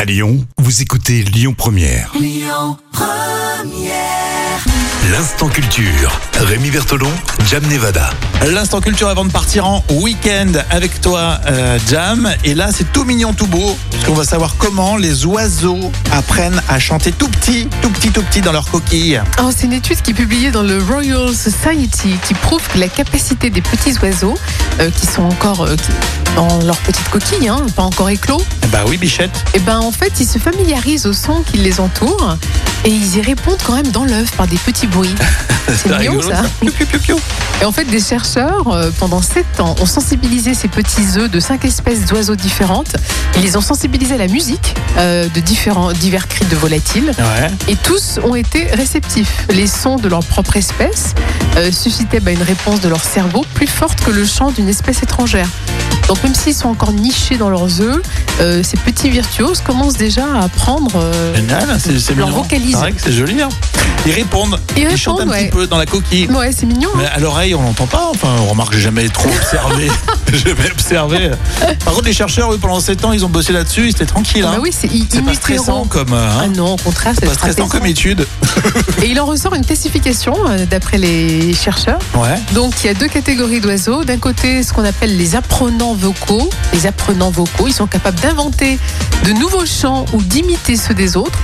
À Lyon, vous écoutez Lyon Première. Lyon Première. L'instant culture. Rémi Vertolon, Jam Nevada. L'instant culture avant de partir en week-end avec toi, euh, Jam. Et là, c'est tout mignon, tout beau, parce qu'on va savoir comment les oiseaux apprennent à chanter tout petit, tout petit, tout petit dans leur coquille. Alors, Ah, c'est une étude qui est publiée dans le Royal Society qui prouve que la capacité des petits oiseaux, euh, qui sont encore euh, qui- dans leur petite coquille, hein, pas encore éclos, Bah oui, Bichette. et ben en fait, ils se familiarisent aux sons qui les entourent et ils y répondent quand même dans l'œuf par des petits bruits. C'est mignon, rigolo, ça. Piou, piou, piou, piou. Et en fait, des chercheurs, euh, pendant 7 ans, ont sensibilisé ces petits œufs de cinq espèces d'oiseaux différentes. Ils les ont sensibilisés à la musique euh, de différents, divers cris de volatiles. Ouais. et tous ont été réceptifs. Les sons de leur propre espèce euh, suscitaient bah, une réponse de leur cerveau plus forte que le chant d'une espèce étrangère. Donc même s'ils sont encore nichés dans leurs œufs, euh, ces petits virtuoses commencent déjà à apprendre. euh, Génial, c'est c'est Leur mignon. vocalise. C'est vrai que c'est joli. hein. Ils répondent. Ils chantent un répondent, petit ouais. peu dans la coquille. Ouais, c'est mignon. hein. Mais à l'oreille, on l'entend pas. Enfin, on remarque j'ai jamais trop observé. jamais observé. Par contre, les chercheurs, eux, pendant 7 ans, ils ont bossé là-dessus. Ils étaient tranquilles. hein. Bah oui, c'est ils c'est pas stressant comme. euh, hein. Ah non, au contraire, C'est c'est pas stressant comme étude. Et il en ressort une classification euh, d'après les chercheurs. Ouais. Donc il y a deux catégories d'oiseaux. D'un côté, ce qu'on appelle les apprenants vocaux. Les apprenants vocaux, ils sont capables d'inventer de nouveaux chants ou d'imiter ceux des autres.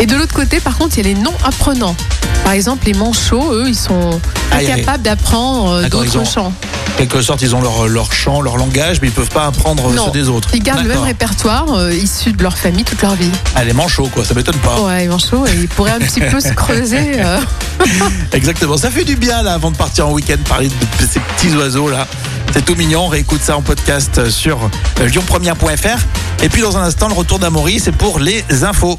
Et de l'autre côté, par contre, il y a les non-apprenants. Par exemple, les manchots, eux, ils sont Ah, il y a les- incapables d'apprendre euh, D'accord, ils d'autres ont- chants. En quelque sorte, ils ont leur, leur chant, leur langage, mais ils peuvent pas apprendre euh, Non. ceux des autres. Ils gardent le même D'accord. répertoire euh, issu de leur famille toute leur vie. Ah, les manchots, quoi, ça m'étonne pas. Ouais, les manchots, ils pourraient un petit peu se creuser. euh, Exactement. Ça fait du bien, là, avant de partir en week-end, parler de ces petits oiseaux, là. C'est tout mignon. On réécoute ça en podcast euh, sur euh, lyonpremière.fr. Et puis, dans un instant, le retour d'Amaury, c'est pour les infos.